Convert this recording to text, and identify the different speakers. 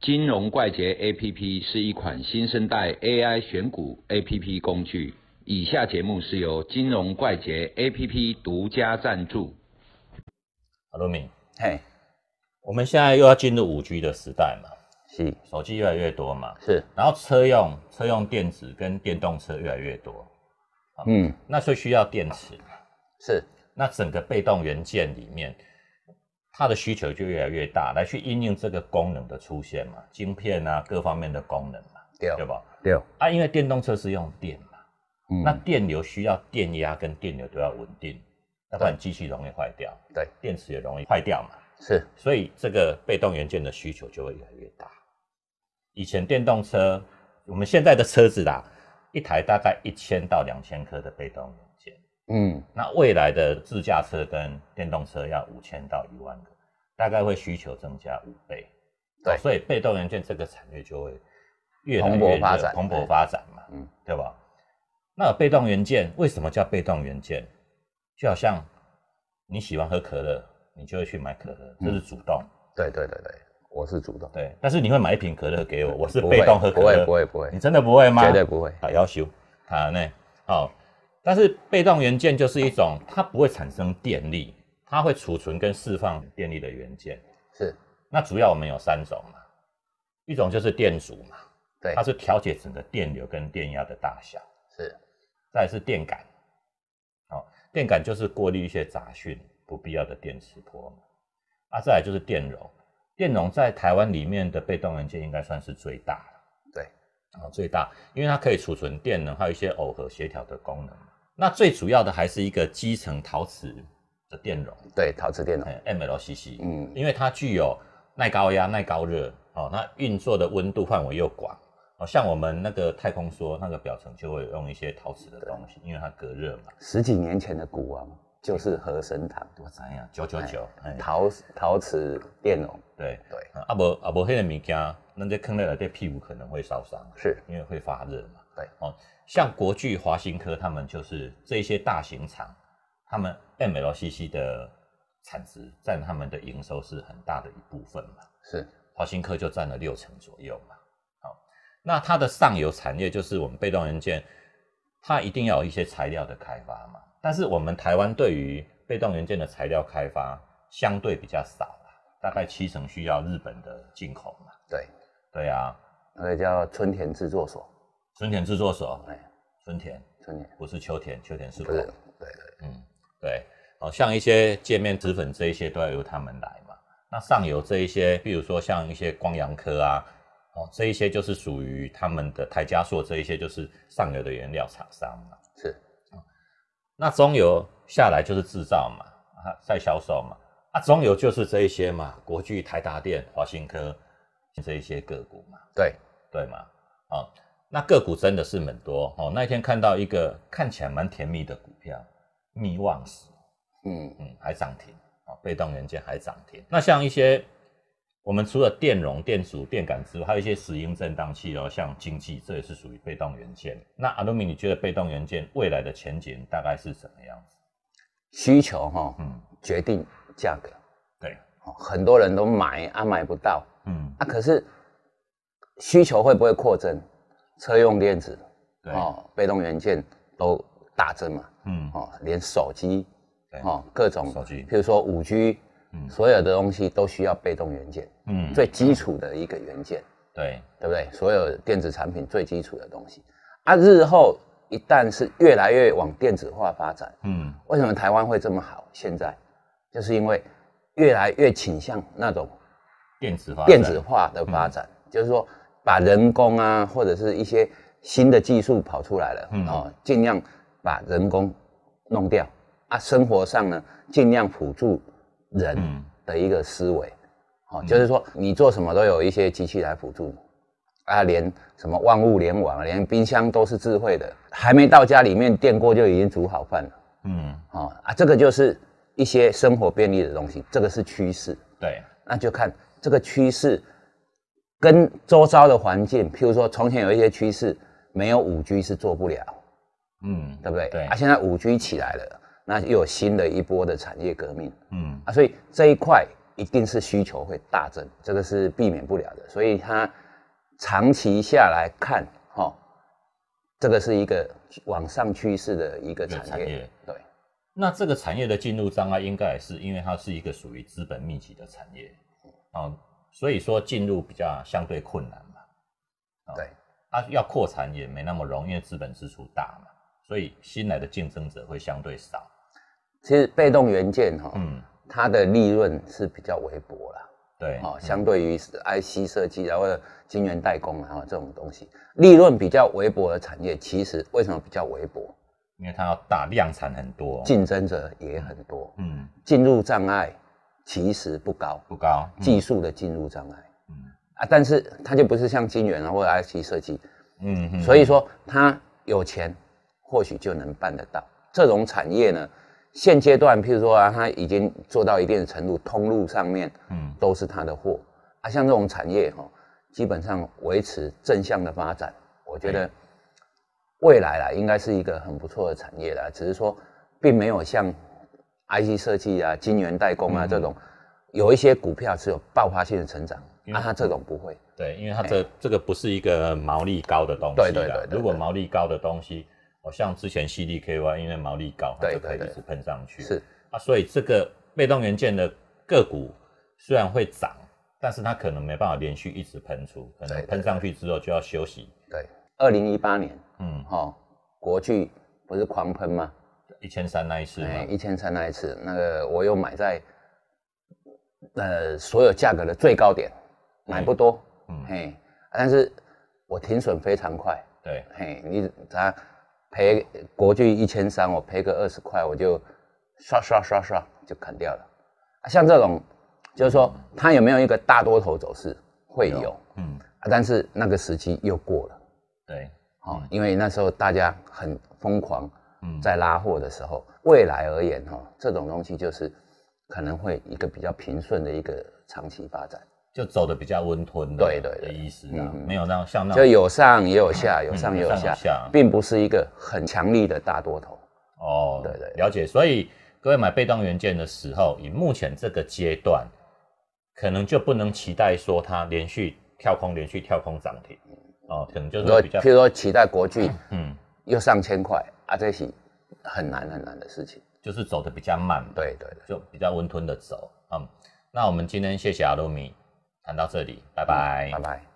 Speaker 1: 金融怪杰 APP 是一款新生代 AI 选股 APP 工具。以下节目是由金融怪杰 APP 独家赞助。
Speaker 2: 阿鲁米，
Speaker 3: 嘿，
Speaker 2: 我们现在又要进入五 G 的时代嘛，
Speaker 3: 是
Speaker 2: 手机越来越多嘛，
Speaker 3: 是，
Speaker 2: 然后车用车用电子跟电动车越来越多，
Speaker 3: 嗯，
Speaker 2: 那所以需要电池嘛，
Speaker 3: 是
Speaker 2: 那整个被动元件里面，它的需求就越来越大，来去应用这个功能的出现嘛，晶片啊各方面的功能嘛，
Speaker 3: 对
Speaker 2: 对吧？
Speaker 3: 对，
Speaker 2: 啊，因为电动车是用电嘛，
Speaker 3: 嗯
Speaker 2: 那电流需要电压跟电流都要稳定，要不然机器容易坏掉，
Speaker 3: 对，
Speaker 2: 电池也容易坏掉嘛。
Speaker 3: 是
Speaker 2: 所以这个被动元件的需求就会越来越大。以前电动车，我们现在的车子啦，一台大概一千到两千颗的被动元件，
Speaker 3: 嗯
Speaker 2: 那未来的自驾车跟电动车要五千到一万个，大概会需求增加五倍。哦
Speaker 3: 对
Speaker 2: 所以被动元件这个产业就会越来越
Speaker 3: 蓬勃
Speaker 2: 热
Speaker 3: 发展
Speaker 2: 蓬
Speaker 3: 对
Speaker 2: 勃发展嘛，
Speaker 3: 嗯
Speaker 2: 对吧？那被动元件为什么叫被动元件？就好像你喜欢喝可乐，你就会去买可乐，
Speaker 3: 嗯
Speaker 2: 这是主动。
Speaker 3: 对对对对，我是主动，
Speaker 2: 对，但是你会买一瓶可乐给我，我是
Speaker 3: 不会
Speaker 2: 被动喝可
Speaker 3: 不会
Speaker 2: 乐，
Speaker 3: 不会不会
Speaker 2: 你真的不会 吗？
Speaker 3: 绝对不会，
Speaker 2: 好要求好呢，好，但是被动元件就是一种它不会产生电力，它会储存跟释放电力的元件。
Speaker 3: 是
Speaker 2: 那主要我们有三种嘛，一种就是电阻嘛，
Speaker 3: 对
Speaker 2: 它是调节整个电流跟电压的大小，
Speaker 3: 是
Speaker 2: 再来是电感，哦，电感就是过滤一些杂讯、不必要的电磁波嘛。啊，再来就是电容，电容在台湾里面的被动元件应该算是最大的，
Speaker 3: 对，
Speaker 2: 啊、最大，因为它可以储存电能，还有一些耦合协调的功能。那最主要的还是一个基层陶瓷的电容，
Speaker 3: 对陶瓷电容，
Speaker 2: 哎，MLCC，
Speaker 3: 嗯
Speaker 2: 因为它具有耐高压、耐高热，哦，那运作的温度范围又广，哦，像我们那个太空梭那个表层就会用一些陶瓷的东西，因为它隔热嘛。
Speaker 3: 十几年前的股王就是和生堂，
Speaker 2: 我怎样？九九九，哎，
Speaker 3: 陶陶瓷电容，
Speaker 2: 对
Speaker 3: 对，
Speaker 2: 啊无啊无，迄个物件，咱这坑在内底屁股可能会烧伤，
Speaker 3: 是
Speaker 2: 因为会发热嘛。
Speaker 3: 对，
Speaker 2: 哦，像国巨、华新科他们就是这些大型厂，他们 MLCC 的产值占他们的营收是很大的一部分嘛。
Speaker 3: 是
Speaker 2: 华新科就占了六成左右嘛。好，那它的上游产业就是我们被动元件，它一定要有一些材料的开发嘛。但是我们台湾对于被动元件的材料开发相对比较少啦，大概七成需要日本的进口嘛。
Speaker 3: 对，
Speaker 2: 对啊，
Speaker 3: 那个叫春田制作所，
Speaker 2: 春田制作所，
Speaker 3: 哎，
Speaker 2: 春田
Speaker 3: 春田
Speaker 2: 不是秋田，秋田是
Speaker 3: 不是
Speaker 2: 我。
Speaker 3: 对对
Speaker 2: 嗯，对，好、像一些界面脂粉这一些都要由他们来嘛。那上游这一些，比如说像一些光阳科啊，哦，这一些就是属于他们的台加塑，这一些就是上游的原料厂商嘛。哦
Speaker 3: 是
Speaker 2: 那中游下来就是制造嘛，啊，再销售嘛。啊，中游就是这一些嘛，国巨、台达电、华新科这一些个股嘛，
Speaker 3: 对
Speaker 2: 对吗？啊、那个股真的是很多哦。那一天看到一个看起来蛮甜蜜的股票，密旺石。
Speaker 3: 嗯
Speaker 2: 嗯，还涨停啊、哦被动元件还涨停。那像一些我们除了电容、电阻、电感之外，还有一些石英振荡器哦，像经济，这也是属于被动元件。那阿鲁米，你觉得被动元件未来的前景大概是什么样子？
Speaker 3: 需求哈
Speaker 2: 嗯，
Speaker 3: 决定价格，
Speaker 2: 对，
Speaker 3: 哦很多人都买啊买不到，
Speaker 2: 嗯，
Speaker 3: 啊，可是需求会不会扩增？车用电子哦
Speaker 2: 对，，
Speaker 3: 被动元件都大增嘛，
Speaker 2: 嗯，
Speaker 3: 哦，连手机
Speaker 2: 对，
Speaker 3: 哦，各种
Speaker 2: 手机
Speaker 3: 譬如说五 G，
Speaker 2: 嗯
Speaker 3: 所有的东西都需要被动元件，
Speaker 2: 嗯，
Speaker 3: 最基础的一个元件，
Speaker 2: 对，
Speaker 3: 对不对？所有电子产品最基础的东西，啊，日后一旦是越来越往电子化发展，
Speaker 2: 嗯，
Speaker 3: 为什么台湾会这么好？现在就是因为越来越倾向那种
Speaker 2: 电子化，
Speaker 3: 电子，化的发展，
Speaker 2: 嗯
Speaker 3: 就是说把人工啊或者是一些新的技术跑出来了，
Speaker 2: 嗯
Speaker 3: 哦，尽量把人工弄掉啊，生活上呢尽量辅助人
Speaker 2: 嗯
Speaker 3: 的一个思维，哦，就是说你做什么都有一些机器来辅助你。啊，连什么万物联网，连冰箱都是智慧的，还没到家里面，电锅就已经煮好饭了。
Speaker 2: 嗯，
Speaker 3: 哦啊，这个就是一些生活便利的东西，这个是趋势。
Speaker 2: 对，
Speaker 3: 那就看这个趋势跟周遭的环境，譬如说从前有一些趋势没有五 G 是做不了，
Speaker 2: 嗯，
Speaker 3: 对不对？
Speaker 2: 对
Speaker 3: 啊，，现在五 G 起来了，那又有新的一波的产业革命
Speaker 2: 嗯，
Speaker 3: 啊，所以这一块一定是需求会大增，这个是避免不了的。所以它长期下来看，哈、这个是一个往上趋势的一个产业。
Speaker 2: 产业
Speaker 3: 对，
Speaker 2: 那这个产业的进入障碍，应该也是因为它是一个属于资本密集的产业，哦，所以说进入比较相对困难嘛。哦
Speaker 3: 对，
Speaker 2: 啊，要扩产也没那么容易，因为资本支出大嘛，所以新来的竞争者会相对少。
Speaker 3: 其实被动元件哈、
Speaker 2: 嗯，
Speaker 3: 它的利润是比较微薄啦。
Speaker 2: 对，
Speaker 3: 哦，相对于 IC 设计啊或者晶圆代工啊、哦这种东西，利润比较微薄的产业，其实为什么比较微薄？
Speaker 2: 因为它要大量产很多，
Speaker 3: 竞争者也很多，
Speaker 2: 嗯
Speaker 3: 进入障碍其实不高，
Speaker 2: 不高，嗯
Speaker 3: 技术的进入障碍
Speaker 2: 嗯
Speaker 3: 啊，但是它就不是像晶圆啊或者 IC 设计，
Speaker 2: 嗯嗯
Speaker 3: 所以说他有钱或许就能办得到。这种产业呢，现阶段譬如说啊，它已经做到一定的程度，通路上面
Speaker 2: 嗯
Speaker 3: 都是它的货啊。像这种产业哈、基本上维持正向的发展，我觉得未来啦，应该是一个很不错的产业啦。只是说，并没有像 IC 设计啊、晶圆代工啊、这种，有一些股票是有爆发性的成长，
Speaker 2: 因为
Speaker 3: 啊，它这种不会。
Speaker 2: 对，因为它这、这个不是一个毛利高的东西啦
Speaker 3: 哎对对对对对
Speaker 2: 如果毛利高的东西，哦，像之前 CDKY 因为毛利高，它
Speaker 3: 对
Speaker 2: 就可以
Speaker 3: 对
Speaker 2: 一
Speaker 3: 对
Speaker 2: 直喷上去。
Speaker 3: 是
Speaker 2: 啊，所以这个被动元件的个股虽然会涨，但是它可能没办法连续一直喷出，可
Speaker 3: 对
Speaker 2: 能
Speaker 3: 对
Speaker 2: 喷上去之后就要休息。
Speaker 3: 对，二零一八年。
Speaker 2: 嗯，
Speaker 3: 哦，国巨不是狂喷吗？哎
Speaker 2: 一千三那一次嘛，
Speaker 3: 一千三那一次，那个我又买在呃所有价格的最高点，买不多，
Speaker 2: 嗯
Speaker 3: 嘿，但是我停损非常快，
Speaker 2: 对，
Speaker 3: 嘿，你他赔国巨一千三，我赔个二十块，我就刷刷刷刷就砍掉了。啊像这种，就是说它有没有一个大多头走势？会有，
Speaker 2: 嗯，
Speaker 3: 啊但是那个时期又过了。
Speaker 2: 对，
Speaker 3: 哦，因为那时候大家很疯狂，
Speaker 2: 嗯
Speaker 3: 在拉货的时候，未来而言哈、哦，这种东西就是可能会一个比较平顺的一个长期发展，
Speaker 2: 就走的比较温吞的，
Speaker 3: 对对对
Speaker 2: 的意思啊，
Speaker 3: 嗯嗯
Speaker 2: 没有那像那
Speaker 3: 就
Speaker 2: 种
Speaker 3: 有上也有下，有上
Speaker 2: 嗯
Speaker 3: 也有
Speaker 2: 有上
Speaker 3: 下，
Speaker 2: 有下
Speaker 3: 并不是一个很强力的大多头。
Speaker 2: 哦，
Speaker 3: 对对对
Speaker 2: 了解。所以各位买被动元件的时候，以目前这个阶段，可能就不能期待说它连续跳空、连续跳空涨停哦，可能就
Speaker 3: 比如
Speaker 2: 是
Speaker 3: 说，
Speaker 2: 说比较
Speaker 3: 譬如说期待国巨
Speaker 2: 嗯，
Speaker 3: 又上千块啊，这是很难很难的事情。
Speaker 2: 就是走的比较慢，，
Speaker 3: 对对对，
Speaker 2: 就比较温吞的走。嗯，那我们今天谢谢阿鲁米，谈到这里，拜拜，
Speaker 3: 拜拜。